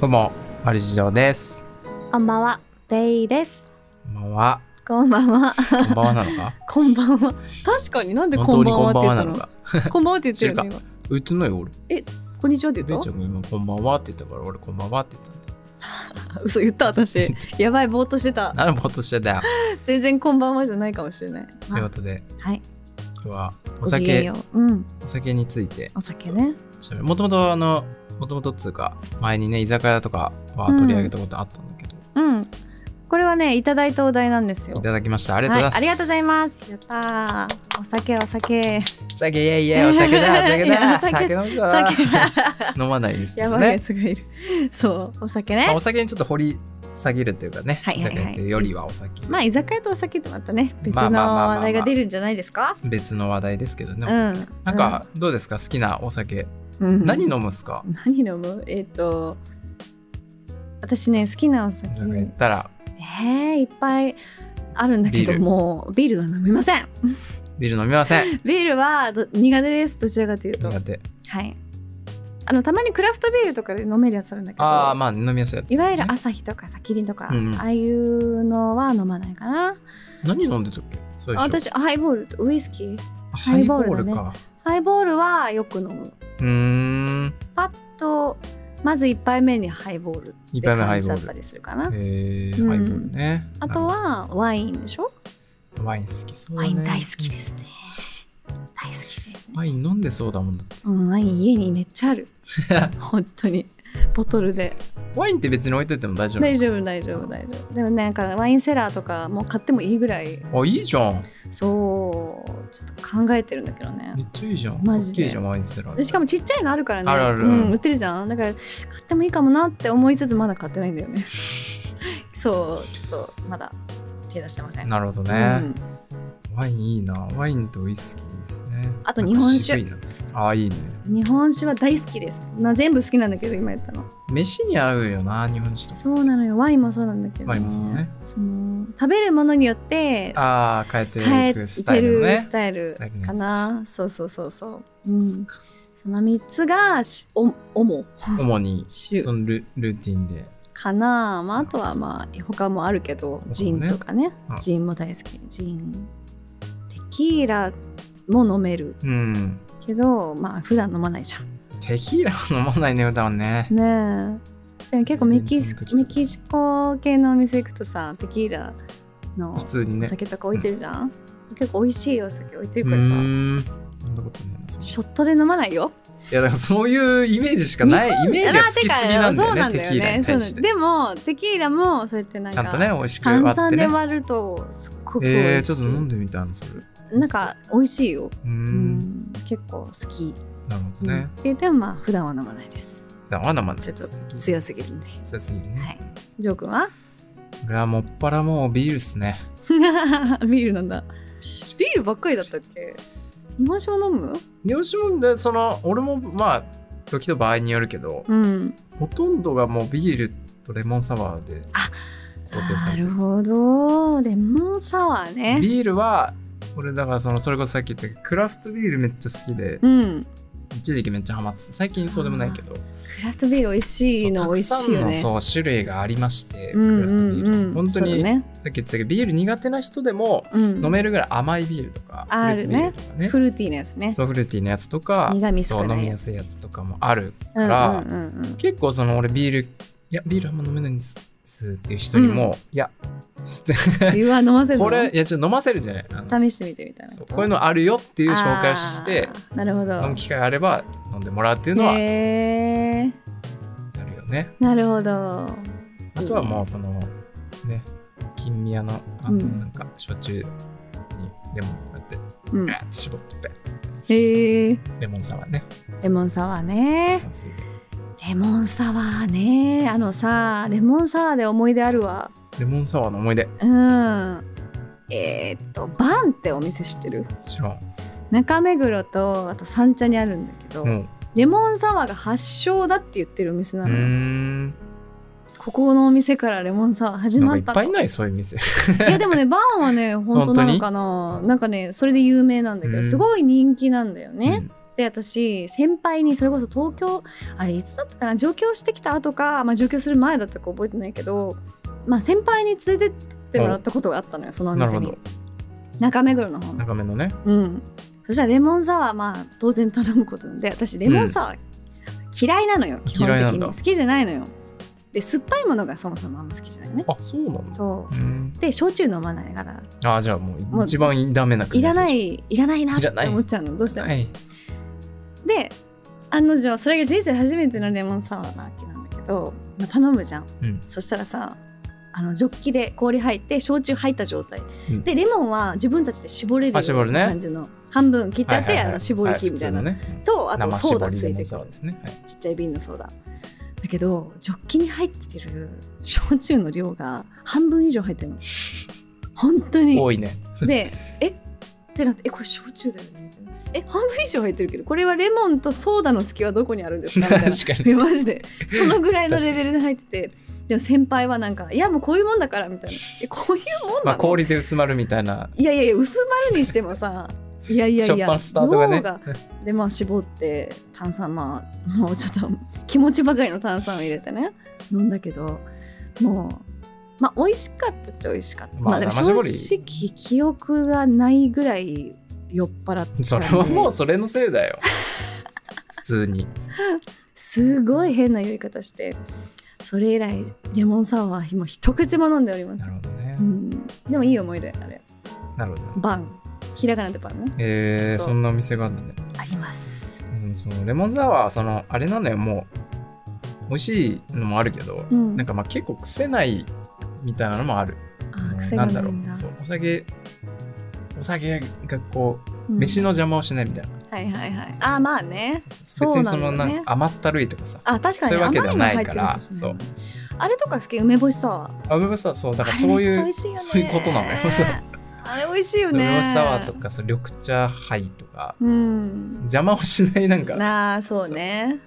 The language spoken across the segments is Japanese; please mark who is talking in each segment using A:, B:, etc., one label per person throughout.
A: どうも、マリジジョーです。
B: こんばんは、デイです。
A: こんばんは。
B: こんばんは。
A: こんばんはなの か
B: こんばんは。確かになんで
A: 本
B: こ
A: 当
B: ん
A: に
B: ばんは
A: こ
B: っ
A: んば
B: て
A: ん
B: 言
A: は
B: っ
A: な
B: た
A: の
B: の。
A: か
B: こんばんはって言ってるよね。今
A: 言ってないよ、俺。
B: こんにちはって
A: レ
B: 言
A: イ
B: っ
A: ちゃ
B: た
A: んも今、こんばんはって言ったから、俺、こんばんはって言ったんだよ。。
B: 嘘言った私。 やばいぼーっとしてた。
A: 何のぼーっとしてたよ。
B: 全然こんばんはじゃないかもしれない。
A: ということで、
B: はい。
A: 今日はお
B: おきげん
A: 酒
B: よ、ううん。
A: お酒について
B: お酒ね。
A: しゃべもともと、あの、もともとっつうか、前にね、居酒屋とかは取り上げたことあったんだけど、
B: うん。これはね、いただいたお題なんですよ。
A: いただきました。あ
B: あ
A: りがとうございます。
B: ありがとうございます。やったー。お酒お酒。
A: す。お酒、イェイイェイ、お酒だ、お酒
B: いや
A: だ、
B: お酒
A: 酒飲むぞ。
B: 酒
A: 飲まないですけ
B: や
A: ど
B: ばいや
A: ね。
B: つがいる。そう、お酒
A: まあ
B: ね
A: お。酒にちょっと掘り下げるというかね、
B: はいはいはい
A: お酒というよりはお酒。
B: まあ居酒屋とお酒ってまたね、別
A: まあ
B: の
A: まあまあまあまあ
B: 話題が出るんじゃないですか。
A: 別の話題ですけどね、
B: うん。
A: なんかどうですか好きなお酒、
B: うん、
A: 何飲むっすか
B: 何飲むえっ、と私ね好きなお酒
A: なんか言ったら
B: えー、いっぱいあるんだけ
A: ビー
B: ど
A: ル
B: もうビールは飲みません
A: ビール飲みません
B: ビールはど苦手ですどちらかというと
A: 苦手
B: はいあのたまにクラフトビールとかで飲めるやつあるんだけど
A: ああまあ飲みやすいやつ、
B: いわゆる朝日とかさキリンとか、
A: うんうん
B: ああいうのは飲まないかな
A: 何飲んでたっけ最
B: あ
A: 初
B: 私ハイボールとウイスキー
A: ハイボール
B: ハイボールだ
A: か
B: ハイボールはよく飲む
A: うーん
B: パッとまず1杯目にハイボールって
A: 一杯目ハ
B: 感
A: イ
B: じ
A: ボ
B: だっ
A: ー
B: た
A: ル
B: りするかな
A: えー
B: うん
A: ハイボールね
B: あとはワインでしょ
A: ワイン好きそうだ
B: ワ
A: ね
B: イン大好きですね。大好きですね。
A: ワイン飲んでそうだもんだって
B: うん、ワイン家にめっち ゃある。本当に。ボトルで。
A: ワインって別に置いといても大丈夫
B: 大丈夫、大丈夫、大丈夫。でもねなんかワインセラーとかもう買ってもいいぐらい、
A: あいいじゃん
B: そう、ちょっと考えてるんだけどね
A: め。っちゃいいじゃん
B: マジで
A: 大きいじゃんワインすら
B: でしかもちっちゃいのあるからね。
A: あるある
B: うん、売ってるじゃん。だから買ってもいいかもなって思いつつまだ買ってないんだよ ね。そう、ちょっとまだ手出してません。
A: なるほど
B: う
A: ね、
B: ん
A: ワインいいなワインとウイスキーですね
B: あと日本酒
A: なんか渋いなあーいいね
B: 日本酒は大好きです。まあ全部好きなんだけど今言ったの。
A: 飯に合うよな日本酒とか
B: そうなのよワインもそうなんだけど、
A: ワインもそうね
B: その食べるものによって
A: ああ変え
B: 変
A: てい
B: え
A: くス
B: い
A: タ
B: け
A: イルの
B: る
A: ね
B: スタイル
A: スタイルのやつ
B: かなそうそうそうそう、う
A: そっ
B: ん、
A: か
B: その3つがしお主
A: 主に
B: 主
A: そのルルーティンで
B: かな、まあ、あとはまあ他もあるけど
A: ね
B: ジンとかね
A: うん
B: ジンも大好きジンテキーラも飲める
A: うん
B: けどまあ普段飲まないじ
A: テキーラは飲まないね歌はね
B: ゃんねえでも結構メキシ
A: イベントの時とか
B: メキシコ系のお店行くとさテキーラの
A: 普通に
B: お
A: ね
B: 酒とか置いてるじゃん、結構美味しいお酒置いて
A: う
B: るからさ、
A: ーんそんなことないなそんな
B: ショットで飲まないよ
A: いやだからそういうイメージしかないイメージがつきすぎなんだよ
B: あ
A: ね
B: て
A: テ
B: か
A: キーラに
B: そう
A: 対し
B: なんだよねそうなん
A: て
B: でもテキーラもそうやってなん
A: ちゃんと
B: か、
A: ね美味しく割
B: 炭
A: って
B: 酸で
A: ね
B: 割るとすっごく美味しい、
A: えー、ちょっと飲んでみたいなそれう
B: なんか美味しいよ、
A: ー
B: うんん、結構好き、
A: なるほど
B: うん
A: ね
B: ででもまあ普段は飲まないです
A: だからまだまだ
B: ちょっと
A: 強
B: 強すぎるんで
A: すぎるね、
B: はいジョー君は
A: 俺はもっぱらもうビールっすね
B: ビールなんだビールばっかりだったっけ日本酒を飲む
A: 日本酒もんでその俺もまあ時と場合によるけど、
B: うん
A: ほとんどがもうビールとレモンサワーで構成さ
B: な
A: れて
B: る
A: る
B: ほどレモンサワーね
A: ビールは俺だからそのそれこそさっき言ったクラフトビールめっちゃ好きで
B: うん
A: 一時期めっちゃハマってた最近そうでもないけど
B: クラフトビール美味しいの美味しいよ
A: そうたく
B: ね
A: さんのそう種類がありまして
B: うん
A: クラフトビール、
B: うんうん
A: 本当
B: そう
A: に
B: だね
A: さっき言ってたけどビール苦手な人でも
B: うん、
A: 飲めるぐらい甘いビールとか、
B: あ
A: フ
B: る
A: ルー
B: ね
A: ツビールとかね
B: フルーティーなやつね
A: ソフルーティーのやつとか
B: 苦味
A: そ
B: 少ないう
A: 飲みやすいやつとかもある
B: うんうん
A: ら
B: うん
A: 結構その俺ビールいやビールあんま飲めないんですっていう人にも、い や
B: うん、湯は飲ませるの
A: これいやちょっと飲ませるじゃないあの
B: 試してみてみたいな
A: そうこういうのあるよっていう紹介をして
B: あーなるほど
A: 飲む機会があれば飲んでもらうっていうのは
B: へ
A: あ
B: え
A: るよね、
B: なるほど
A: あとはもうそのね金宮のあ
B: う
A: の
B: ん
A: なんか焼酎にレモンこうやって
B: う
A: ガ
B: ん、
A: ーって絞ってやつ
B: へえ
A: レモンサワーね
B: レモンサワーね
A: 酸水で
B: レモンサワーねあのさレモンサワーで思い出あるわ
A: レモンサワーの思い出
B: うんえー、っとバンってお店知ってる
A: 知らん
B: 中目黒とあと三茶にあるんだけど、
A: もう
B: レモンサワーが発祥だって言ってるお店
A: う
B: な
A: ー
B: のよ
A: ん
B: ここのお店からレモンサワー始
A: なん
B: ま
A: かい
B: っ
A: ったぱ
B: と
A: いないそういう店
B: いやでもねバンはね本当なのかななんかねそれで有名なんだけど、
A: うん
B: すごい人気なんだよね、
A: うん
B: で私先輩にそれこそ東京あれいつだったかな上京してきた後か、まあ、上京する前だったか覚えてないけど、まあ、先輩に連れてってもらったことがあったのよそのお
A: なる
B: 店
A: ほ
B: に
A: ど。
B: 中目黒の方の
A: 中目のね。
B: うんそしたらレモンサワーまあ当然頼むことなんで私レモンサワー嫌いなのよ、基本
A: 嫌いな
B: 的
A: ん
B: に
A: だ
B: 好きじゃないのよで酸っぱいものがそもそもあんま好きじゃないね
A: あ、そうなんだ。。
B: そううんで焼酎飲まないから
A: あー、じゃあもう
B: もう
A: 一番ダメな組
B: い
A: み合
B: ら
A: わせ
B: ないいらないなっ
A: い
B: て
A: らない
B: 思っちゃうのどうしても、
A: はい。
B: で案の定それが人生初めてのレモンサワーなわけなんだけど、まあ、頼むじゃん
A: うん。
B: そしたらさあのジョッキで氷入って焼酎入った状態、
A: うん
B: でレモンは自分たちで絞れる
A: あ絞るね
B: 感じの、半分切ってあって、あの絞り器みたいな、
A: は普通のね。
B: とあと
A: 生
B: ソー
A: 絞
B: ダ
A: り
B: つ
A: レ
B: い
A: モ
B: て
A: ン
B: く
A: サ
B: る
A: ワーですね。はい
B: ちっちゃい瓶のソーダだけどジョッキに入ってる焼酎の量が半分以上入ってるの本当に
A: 多いね。
B: でえってなってえこれ焼酎だよねみたいなえ半分以上入ってるけどこれはレモンとソーダの隙はどこにあるんですかみたいな
A: 確かに
B: いやマジでそのぐらいのレベルで入っててでも先輩はなんか「いやもうこういうもんだから」みたいな「えこういうもん
A: ま
B: な
A: あ、
B: の
A: 氷で薄まるみたいな。
B: いやいやいや薄まるにしてもさいやいや
A: しょ
B: い
A: っ
B: や
A: ぱなスタートがね
B: 脳。でまあ絞って炭酸まあもうちょっと気持ちばかりの炭酸を入れてね飲んだけどもうまあ美味しかったっちゃ美味しかった、
A: まあ
B: まあ、でも
A: 生
B: 正
A: 絞り
B: 直記憶がないぐらい酔っ払ってた
A: そ
B: んで
A: れはもうそれのせいだよ。普通に。
B: すごい変な酔い方してそれ以来レモンサワーも一口も飲んでおります
A: な、るほどね
B: う。ん、でもいい思い出あれ
A: なるほどね。
B: バンひらがなでバンね
A: えー、
B: そう
A: そんなお店があるんだね。
B: あります
A: うん、そのレモンサワーそのあれなのよもう美味しいのもあるけど、
B: うん
A: なんかまあ結構癖ないみたいなのもある
B: あ
A: うん
B: 癖がない
A: ん
B: ん
A: だ
B: だ
A: ろうそうお酒お酒がこう、
B: うん
A: 飯の邪魔をしないみたいな
B: はいはいはいああまあね
A: そうそう
B: そ
A: そう
B: う
A: 別に
B: な
A: そ
B: んだ
A: の
B: よね
A: なんか甘ったるいとかさ
B: あ確
A: そ
B: か
A: う
B: に
A: いうわ
B: 甘
A: け
B: い
A: では
B: の
A: な
B: 入
A: い
B: って
A: か
B: るからもしれないあれとか好き梅干しサワー
A: あ梅干しサワーそうだから
B: あれ
A: そうい
B: めっ
A: う
B: ちゃ美味しいよね
A: そういうことなのよそう
B: あれ美味しいよね
A: 梅干しサワーとかそう緑茶杯とか
B: うん
A: 邪魔をしないなんか
B: なあそうね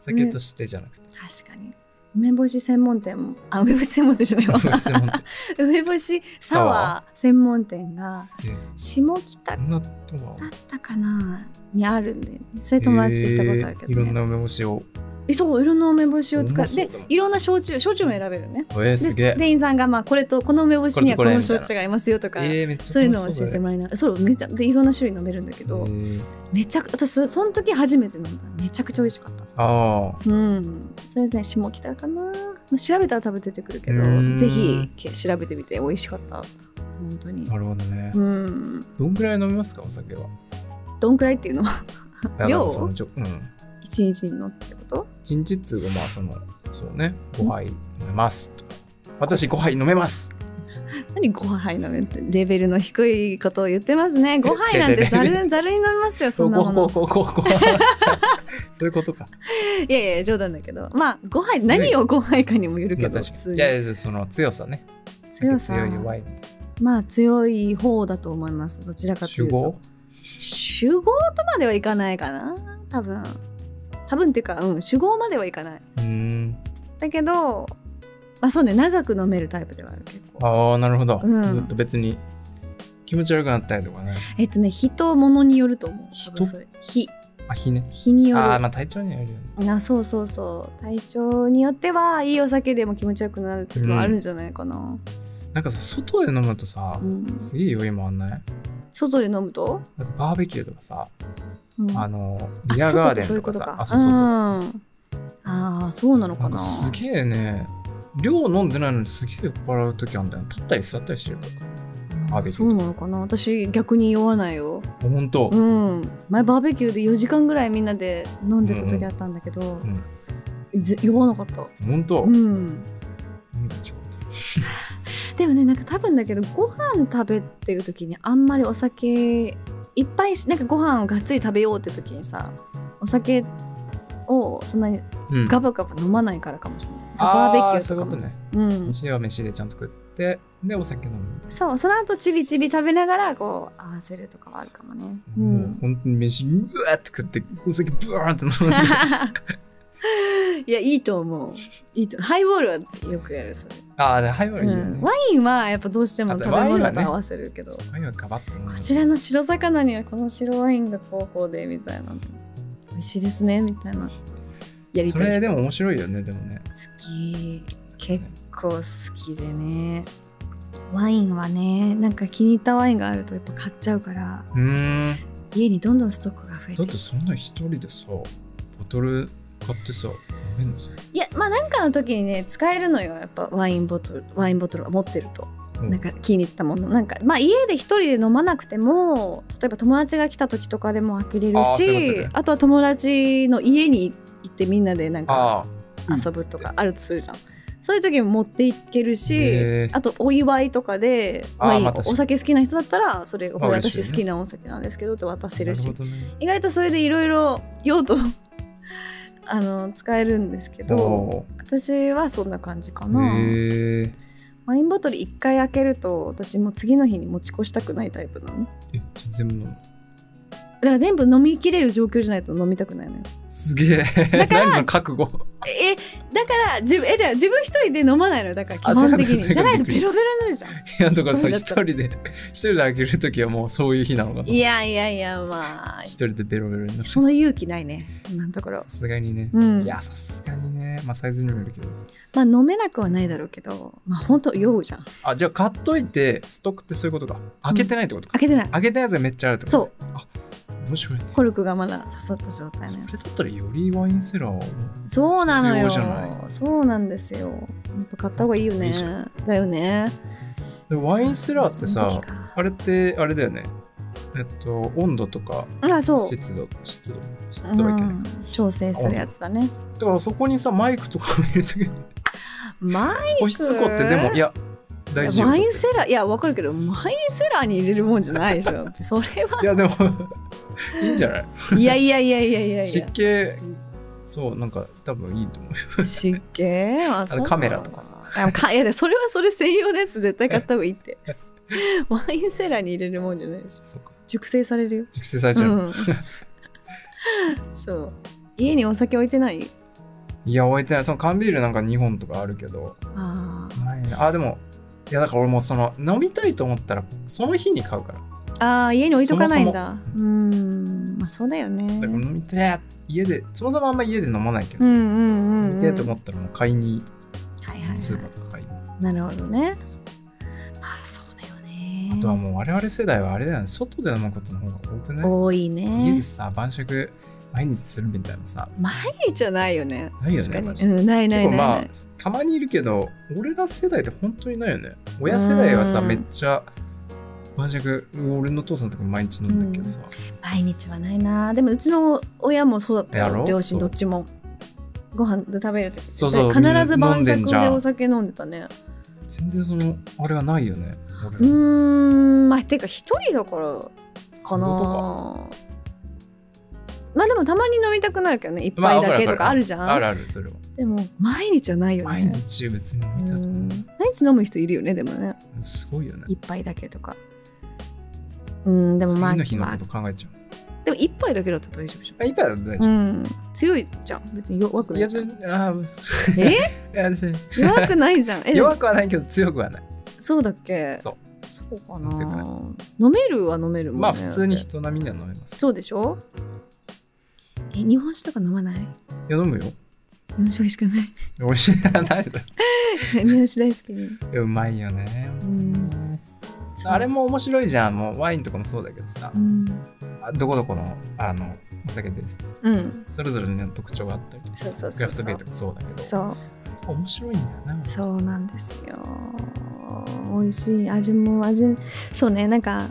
A: お酒としてじゃなくて、
B: 確かに梅干し専門店もあ梅干し専門店じゃな いわ
A: 梅干し専門店
B: 梅干しサワー専門店が
A: す げえ
B: 下北
A: そんなとこ
B: だったかなにあるんで、それ友達と行ったことあるけ
A: えー
B: ど、
A: いろんな
B: ね
A: 梅干しを
B: えそういろんな梅干しを使っ
A: うまそう
B: て
A: だない
B: ろんな焼酎焼酎も選べるね
A: えー、すげ
B: で
A: え
B: 店員さんがまあこれとこの梅干しには
A: こ
B: こ
A: れとこれ
B: の焼酎がいますよとか、
A: えー、めっちゃ
B: そういうのを
A: 楽し
B: 教えて
A: だね
B: もらいながらそうめちゃでいろんな種類飲めるんだけど、
A: えー
B: めちゃく私そその時初めて飲んだめちゃくちゃ美味しかった
A: あ
B: うんそれで、ね、下北かなまあ調べたら多分出てくるけ
A: うーん
B: どぜひけ調べてみて美味しかった本当
A: あ
B: に
A: なるほどね、
B: うん
A: どんぐらい飲みますかお酒は
B: どんくらいっていうの は
A: いや
B: 量
A: なんかそのちょうん
B: 一日にのってこと
A: 一日っつうかまあそのそうね5杯飲めますとか私5杯飲めます
B: 何5杯飲めってレベルの低いことを言ってますね5杯なん
A: 違う違
B: て
A: う
B: ざるざるに飲みますよそんなもの
A: こうこうこうこ うこうそういうことか
B: いやいや冗談だけどまあ5杯何を5杯かにもよる
A: い
B: け
A: や
B: ど
A: 確
B: 普
A: か
B: 通
A: にい
B: に
A: やいやその強さね
B: 強さ
A: 強い弱いみたい
B: まあ強い方だと思いますどちら
A: な
B: かと
A: 主
B: いうと
A: 語
B: 主語とまではいかないかな多分多分っていうかうん主語まではいかないう
A: ーん
B: だけどまあそうね長く飲めるタイプではある結構
A: ああなるほど、
B: うん
A: ずっと別に気持ち悪くなったりとかね
B: えっとね人物によると思う
A: 人
B: 多分それ日
A: あ日ね
B: 日による
A: ああまあ体調にはよるよね
B: なそうそうそう体調によってはいいお酒でも気持ちよくなる時はあるんじゃないかな、
A: なんかさ外で飲むとさ、
B: うん
A: すげえ酔いもあんない
B: 外で飲むと、
A: なんかバーベキューとかさ
B: うん
A: あのビアガーデンとかさあそうそう
B: う
A: そうん
B: ああそうなの
A: な
B: か
A: ん
B: な
A: かすげえね量飲んでないのにすげえ酔っ払う時あんだよ立ったり座ったりしてるからバーベキュ
B: そ
A: ー
B: うなのかな私逆に酔わないよ
A: ほんと
B: うん前バーベキューで4時間ぐらいみんなで飲んでた時あったんだけど、
A: ん
B: ぜ酔わなかった
A: ほんと
B: うん
A: うんちょう
B: でもねなんか多分だけどご飯食べてる時にあんまりお酒いっぱいしなんかご飯をがっつり食べようって時にさお酒をそんなに
A: どうん
B: ガバガバ飲まないからかもしれない、
A: あ
B: バーベキ
A: そ
B: ュー
A: う
B: と
A: いう
B: か
A: こ
B: も
A: とね
B: うん、
A: 飯は飯でちゃんと食ってでお酒飲むみたい
B: そうその後ちびちび食べながらこう合わせるとかはあるかもね、う、
A: な、もうん ほんとに飯うわーって食ってお酒ブワーって飲む
B: いやいいと思ういいとハイボールはよくやるそれ
A: ああ、で、ハイボー
B: う
A: ルいいよ
B: ん、
A: ね。
B: ワインはやっぱどうしても
A: あと
B: 食べ
A: ワインは
B: 物と
A: ね
B: 合わせるけど、こ
A: ワインはガバッとね。
B: ちらの白魚にはこの白ワインが候補でみたいな美味しいですねみたいなやり
A: そ
B: たい
A: れ
B: 人
A: で
B: 好
A: も面白いよね、でもね。
B: き結構好きでねワインはねなんか気に入ったワインがあるとやっぱ買っちゃうから
A: うーん。
B: 家にどんどんストックが増え
A: だ
B: て
A: っ
B: い
A: てそんな一人でさ、ボトル買ってさ、飲めんのさ。
B: いやまあなんかの時にね使えるのよやっぱワインボトルワインボトルは持ってると
A: うん
B: なんか気に入ったものなんかまあ家で一人で飲まなくても例えば友達が来た時とかでも開けれる
A: あーそういうこ
B: し
A: とね
B: あとは友達の家に行ってみんなでなんか
A: ああ。
B: 遊ぶとかあるとするじゃん、そういう時も持っていける
A: へ
B: し
A: ー
B: あとお祝いとかで
A: あー
B: まあいい
A: まあ確かに
B: お酒好きな人だったらそれこれ
A: あ嬉しい
B: 私
A: ね
B: 好きなお酒なんですけどって渡せる
A: な
B: し
A: るほどね。
B: 意外とそれでいろいろ用途 あの使えるんですけど
A: お
B: 私はそんな感じか
A: ー
B: な。
A: へえ。
B: ワインボトル1回開けると私もう次の日に持ち越したくないタイプなのだか
A: え、全部飲む。
B: ら全部飲みきれる状況じゃないと飲みたくないのよ
A: すげえ。何その覚悟。
B: えだから自分えじゃあ自分一人で飲まないのよだから基
A: あそう
B: 本
A: なんだ
B: 的にじゃないとベロベロになるじゃん
A: いや、だからさ、
B: 一
A: 一
B: 人だ
A: 人で、一人で開けるときはもうそういう日なのかな。
B: いやいやいやまあ
A: 一人でベロベロになる。
B: その勇気ないね今のところ
A: さすがにね。
B: うん
A: いや、さすがにね。まあ、サイズにもよるけど。
B: まあ飲めなくはないだろうけどまあ本当酔うじゃん
A: あ、じゃあ買っといて、ストックってそういうことか。開けてないってことか。
B: 開けてない
A: 開けたやつがめっちゃあるってこと
B: そう
A: う。面白いね。
B: コルクがまだ刺さった状態
A: それ
B: のや
A: だ
B: つ
A: ったらよりワインセラーを。
B: そうなのよ
A: 必要じゃない
B: そうなんですよやっぱ買った方がいいよ
A: い
B: ね
A: いじゃ
B: だよね
A: でワインセラーって
B: そ
A: さ
B: の時、か
A: あれってあれだよね。えっと、温度とか
B: あそう
A: 湿度、湿度、湿度はいけない。
B: うん調整するやつだね
A: だからそこにさ、マイクとか入れてくる
B: マイ
A: 保湿庫ってでも、いや、大事よ。
B: ワインセラーいやわかるけどワインセラーに入れるもんじゃないでし ょそれはい
A: や、でも、 いいんじゃない
B: いやいやいやいやいやい
A: 湿
B: や
A: 気そうなんか多分いいと思うよ
B: 湿気あそうなの
A: カメラとかさ
B: あかいやそれはそれ専用のやつ絶対買った方がいいってワインセラーに入れるもんじゃないでしょ
A: そうか
B: 熟成されるよ、
A: 熟成されちゃ
B: う
A: う、
B: ん、そう家にお酒置いてない
A: いや置いてないその缶ビールなんか2本とかあるけど
B: あー
A: ないなあでもいやだから俺もその飲みたいと思ったらその日に買うから
B: あー家に置いとかないんだうんまあそうだよね
A: だから飲みたい家でそもそもあんま家で飲まないけ
B: う
A: ど、
B: んうんうん、うん、
A: 飲みたいと思ったらもう買いに
B: はいはい、はい、
A: スーパーとか買いに、
B: なるほどね。
A: そう
B: あ、そうだよね。
A: あとはもう我々世代はあれだよね外で飲むことの方が多くない、
B: 多い
A: 家で
B: ね。
A: さ晩酌毎日するみたいなさ
B: 毎日はないよね。
A: ないよね
B: 確かに
A: マジで
B: うん、ないな
A: 結構
B: いない
A: ま
B: な
A: あ
B: い。
A: たまにいるけど俺ら世代って本当にないよね親世代はさ
B: うん
A: めっちゃ晩酌俺の父さんとか毎日飲んだけどさ、
B: 毎日はないな。でもうちの親もそうだった
A: やろ
B: よ。両親どっちも。ご飯で食べるとき
A: そうそう
B: 必ず晩
A: 飲んで
B: 酌
A: んじゃ
B: で
A: ん
B: お酒飲んでたね。
A: 全然そのあれはないよね俺
B: う
A: ら
B: ーん、まあてか一人だからかな
A: そういうこ。
B: まあでもたまに飲みたくなるけどね、一
A: まあ
B: 杯だけとかあるじゃん。
A: あるあるそれは
B: でも毎日はないよ
A: 毎
B: ね。
A: 日別に飲みたいと
B: う
A: 思
B: ん毎日飲む人いるよね、でもね。
A: うすごいよね
B: 一杯だけとか。うん、でもまあ、
A: 次の日の
B: まあ
A: こと考えちゃう、
B: でも一杯だけだと大丈夫でしょ。
A: あ、一杯だと大
B: う
A: 丈
B: ん、強いじゃん。別に弱
A: 夫、
B: くないい
A: や
B: じゃ
A: 全
B: ん。
A: 然あー
B: え
A: いや全然
B: 弱くないじゃん。え、
A: 弱くはないけど強くはない
B: そうだっけ。
A: そう
B: そうか
A: そう強くな
B: な。飲めるは飲めるもんね。
A: まあ普通に
B: だって
A: 人並みには飲めます
B: そうでしょえ、日本酒とか飲まない日
A: いや飲むよ
B: 本酒美味しく ない
A: 美味しいないです
B: 日本酒大好きに。
A: うまいよね
B: うん。
A: あれも面白いじゃんもうワインとかもそうだけどさ
B: うん。
A: あどこどこのあのお酒ですっつって、
B: うん
A: それぞれの特徴があったりとか
B: そうそうそうそう
A: クラフトビールとかもそうだけど
B: そう。
A: 面白いんだよな
B: そうなんですよ美味しい味も味そうねなんか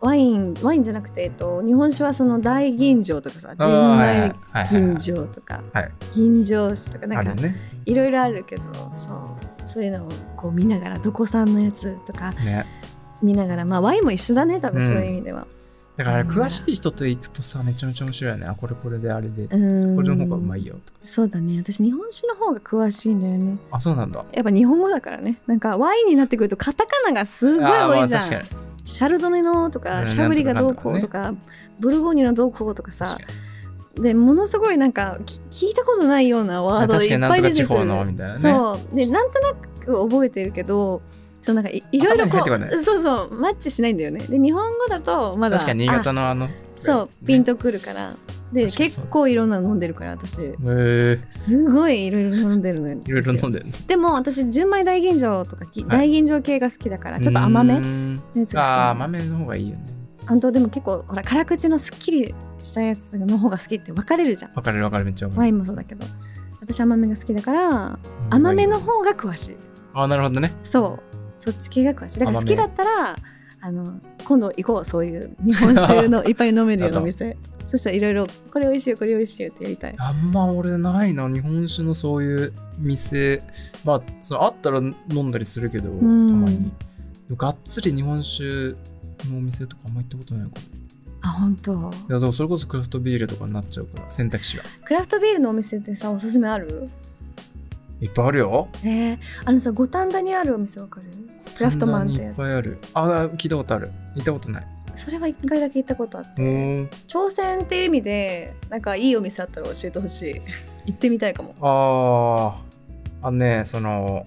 B: ワインワインじゃなくて、えっと、日本酒はその大吟醸とかさ
A: あ
B: 純
A: ーはいはい
B: 米
A: はいはい
B: 吟
A: はい
B: 醸とか
A: はい
B: 吟醸酒とかな
A: ある
B: ん
A: よ
B: か
A: ね
B: いろいろあるけどそうそういうのをこう見ながらどこ産のやつとか
A: ね
B: 見ながらまあワインも一緒だね多分
A: うん
B: そういう意味では、
A: だから詳しい人と行くとさめちゃめちゃ面白いよねあこれこれであれでつっ
B: う
A: て
B: ん
A: これの方がうまいよとか
B: そうだね私日本酒の方が詳しいんだよね
A: あそうなんだ
B: やっぱ日本語だからねなんかワインになってくるとカタカナがすごい
A: あーま
B: 多い
A: あ
B: じゃん、
A: 確かに
B: シャルドネのと
A: う
B: か
A: ん
B: シャブリがどうこうとかブルゴーニュのどうこうとかさ
A: 確か
B: でものすごいなんかき聞いたことないようなワー
A: に
B: ドい
A: 確か
B: っ
A: になん
B: ぱい
A: とか
B: 出
A: 地
B: てく
A: 方
B: る
A: のみたいなね
B: そうでなんとなく覚えてるけどそうなんかいいろいろこ
A: 頭に入ってこな
B: うそうそうマッチしないんだよねで日本語だとまだ
A: 確かに新潟のあの
B: あそうピン
A: と
B: とくるからで
A: 確かにそう
B: 結構いろんなの飲んでるから私
A: へえ
B: すごいいろいろ飲んでるのよ
A: いろいろ飲んでる
B: でも私純米大吟醸とかき、
A: はい
B: 大吟醸系が好きだからちょっと甘めの
A: め
B: やつが好き
A: ああ
B: な
A: 甘
B: の
A: めの方がいいよね
B: あとでも結構ほら辛口のすっきりしたやつの方が好きって分かれるじゃん
A: わかるわかるめっちゃわか
B: ワ
A: る
B: インもそうだけど私甘めが好きだから甘めの方が詳しい
A: あなるほどね
B: そうそっち系が詳しいだから
A: 甘
B: 好
A: め
B: きだったらあの今度行こうそういう日本酒のいっぱい飲めるようなお店そしたらいろいろこれ美味しいよこれ美味しいよってやりたい
A: あんま俺ないな日本酒のそういう店まあそのあったら飲んだりするけどた
B: ん
A: まにがっつり日本酒のお店とかあんま行ったことないかも
B: あ本当
A: いやでもそれこそクラフトビールとかになっちゃうから選択肢が
B: クラフトビールのお店ってさおすすめある
A: いっぱいあるよ
B: えー、あのさ五反田にあるお店わかるクラフトマンってや
A: こんなにいっぱいあるあ聞いたことある行ったことない
B: つそれは一回だけ行ったことあっ
A: お
B: て
A: ー
B: 挑戦っていう意味でなんかいいお店あったら教えてほしい 行ってみたいかも
A: あーあのねその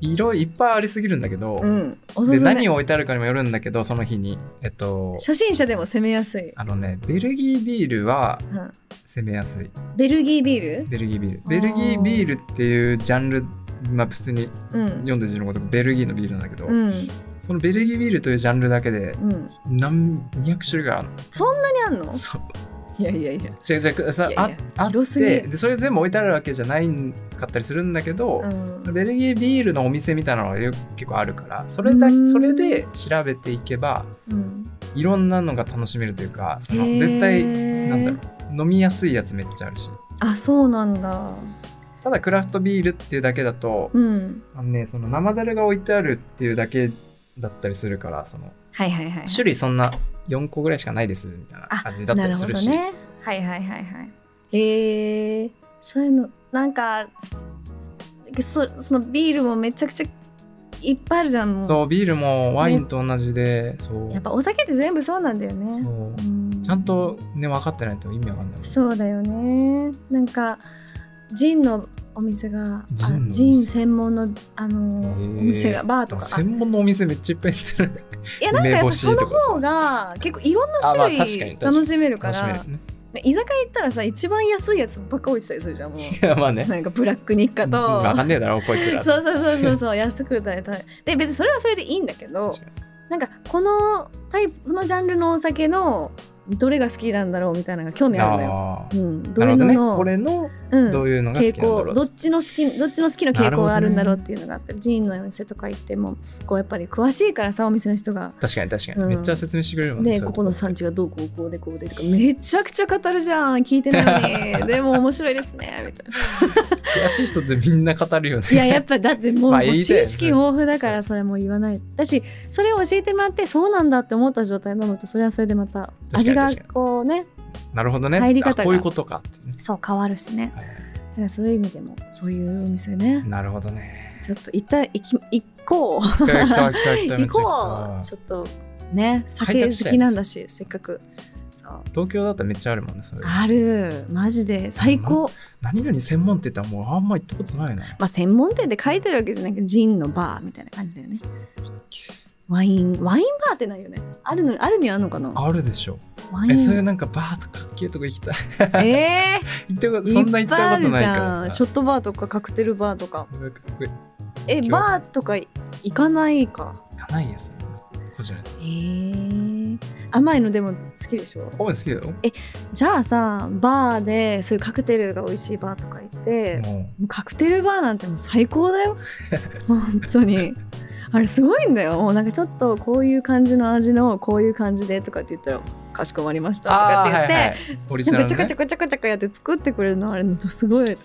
A: いろいいっぱいありすぎるんだけど、
B: うんおす
A: です
B: め
A: 何を置いてあるかにもよるんだけどその日にえっと
B: 初心者でも攻めやすい、
A: あのねベルギービールは
B: うん、
A: 攻めやすい
B: ベルギービー
A: ベルギービール
B: ー
A: ベルギービールっていうジャンルまあ普通に
B: ルうん
A: 読んで字のごとくベルギーのビールなんだけど、
B: うん
A: そのベルギービールというジャンルだけで
B: うん
A: 何200種類がある
B: そんなにあんの
A: のそう
B: いやいやいや
A: 違う違うさ
B: いや
A: あ
B: いや
A: あっ
B: 広すぎ
A: て
B: る
A: でそれ全部置いてあるわけじゃないんかったりするんだけど、
B: うん
A: ベルギービールのお店みたいなのがよ結構あるからそれだ
B: うん
A: それで調べていけば
B: うん
A: いろんなのが楽しめるというかその
B: へー
A: 絶対なんだろう飲みやすいやつめっちゃあるし
B: あそうなんだ
A: そうそうそうただクラフトビールっていうだけだと、
B: うん
A: あのね、その生だるが置いてあるっていうだけだったりするからその
B: はいはいはい
A: 種類そんな4個ぐらいしかないですみたいな
B: あ
A: 味だったりするし
B: なるほどねはいはいはいはいへえそういうのなんかそそのビールもめちゃくちゃいっぱいあるじゃんもう
A: そうビールもワインと同じで、そう
B: やっぱお酒って全部そうなんだよね
A: そう
B: うん
A: ちゃんとね分かってないと意味わかんないもん
B: そうだよねなんかジンのお店が
A: ジンのお
B: あ
A: 店
B: ジン専門のあの
A: へ
B: お
A: ー
B: 店がバー
A: で
B: と
A: も
B: か
A: 専門のお店めっちゃいっぱい出てる
B: いやなんかやっ
A: 梅
B: ぱ
A: 干
B: そ
A: し
B: の
A: とかさ
B: 方が結構いろんな
A: あまあ確
B: 種
A: かに
B: 類
A: 確かに
B: 楽しめるか
A: 楽しめ
B: ら
A: るね
B: 居酒屋行ったらさ一番安いやつばっか置いてたりするじゃんもう
A: いやまあね
B: なんかブラック日課
A: うんわか
B: と
A: んねえだろこいつら
B: そうそうそうそうそう安くだいたいで別にそれはそれでいいんだけど
A: 確か
B: なんかこのタイプこのジャンルのお酒のどれが好きなんだろうみたいなのが興味
A: に
B: あるのよ、
A: あ
B: うん、ど
A: ーな
B: れ
A: るほど
B: の
A: ね
B: の
A: これの
B: うん
A: どういうのが好
B: 傾
A: きなんだ
B: 向
A: ろう
B: どっちの好きどっちの好きの傾向があるんだろ
A: なるほ
B: う
A: ど
B: っ
A: ね
B: ていうのがあって、ジーンのお店とか行ってもこうやっぱり詳しいからさお店の人が
A: 確かに確かに、
B: うん
A: めっちゃ説明してくれるもんね
B: で
A: そうい
B: こ
A: う
B: この産地がどうこうこうでこうでとかめちゃくちゃ語るじゃん聞いてないの にでも面白いですねみたいな
A: 詳しい人ってみんな語るよね
B: いややっぱだってもう,、
A: まあ
B: もう
A: 言い
B: 知
A: たいよね
B: 識豊富だからそれもう言わないだしそれを教えてもらってそうなんだって思った状態なのとそれはそれでまた
A: 確か
B: 味
A: に
B: が
A: 確かに
B: こうね
A: なるほどね
B: 入り方が
A: あこういうことかってね
B: そう変わるしね
A: はいは
B: だからそういう意味でもそういうお店ね
A: いなるほど ね
B: ちょっと行った行き行こう
A: 来た来た来た来ため
B: 行
A: っちゃ来
B: こう
A: た
B: ちょっとね酒好きなんだしせっかくそう
A: 東京だったらめっちゃあるもんねそれ
B: あるマジで最高
A: 何々専門店って言ったらもうあんま行ったことないな
B: まあ専門店で書いてるわけじゃないけどジンのバーみたいな感じだよねワインワインバーってないよねあるのあるにはあるのかな
A: あるでしょ
B: ワイ
A: え
B: ン
A: そういうなんかバーとかっけえとこ行きたい
B: え
A: 行ったこ
B: ー
A: とそんな行ったことない
B: っぱ
A: か
B: いある
A: ら
B: じゃ
A: さ
B: んショットバーとかカクテルバーとか
A: うわかっこいい
B: え
A: 今日
B: バーとか行かないか
A: 行かないやそんなこじられて
B: えー、甘いのでも好きでしょ
A: お前好きだよ
B: じゃあさバーでそういうカクテルが美味しいバーとか行って、
A: も
B: もうカクテルバーなんてもう最高 だよ本当にあれすごいんだよもうなんかちょっとこういう感じの味のこういう感じでとかって言ったらかしこまりまし
A: う
B: たとかって言って、
A: い、オリジナ
B: な
A: ル
B: んか
A: の、
B: ちゃか
A: ね
B: ちゃ、かちゃかちゃかやって作ってくれるのあれのとすごい、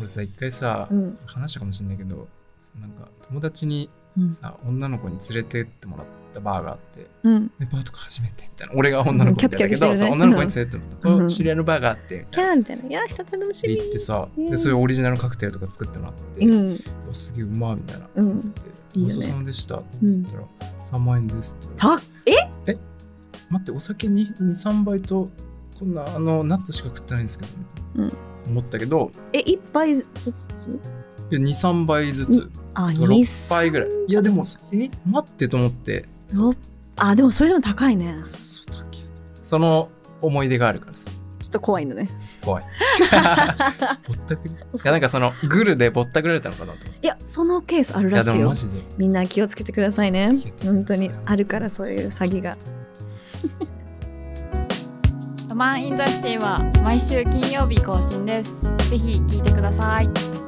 A: 俺さ一回さ、
B: うん
A: 話したかもしれないけどそのなんか友達に
B: うん
A: さ女の子に連れてってもらったバーがあって
B: うん、
A: でバーとか初めてみたいな俺が女の子みたいだけど、
B: うんキャピキャピしてるね
A: そう女の子に連れてってもらった、
B: うん
A: お知り合いのバーがあってみ
B: キ
A: たいな
B: ャーみたいな「いやした楽し
A: で
B: み
A: 行ってさ
B: うん
A: でそういうオリジナルカクテルとか作ってもらって、」
B: うん
A: うわすげえうまいみたいな、
B: うん
A: で
B: いいよね
A: ごちそうさまでしたって言ったら、3万円ですって言われて
B: たえ
A: 待ってお酒23杯とこんなあのナッツしか食ってないんですけどみたいな、
B: うん
A: 思ったけど
B: え一杯ずつ
A: 23杯ずつ
B: あ
A: 6
B: 2
A: 杯ぐらいいやでもえ待ってと思って
B: 六あでもそれでも高いね
A: そうだけどその思い出があるからさ
B: ちょっと怖いのね
A: 怖いぼったくりいやなんかそのグルでぼったくられたのかなと思って
B: いやそのケースある
A: いや
B: ら
A: で
B: しい
A: も
B: よ
A: マジで
B: みんな気をつけてくださいね
A: 気をつけてください
B: 本当にあるからそういう詐欺が
C: ロマンインザシティは毎週金曜日更新です。ぜひ聞いてください。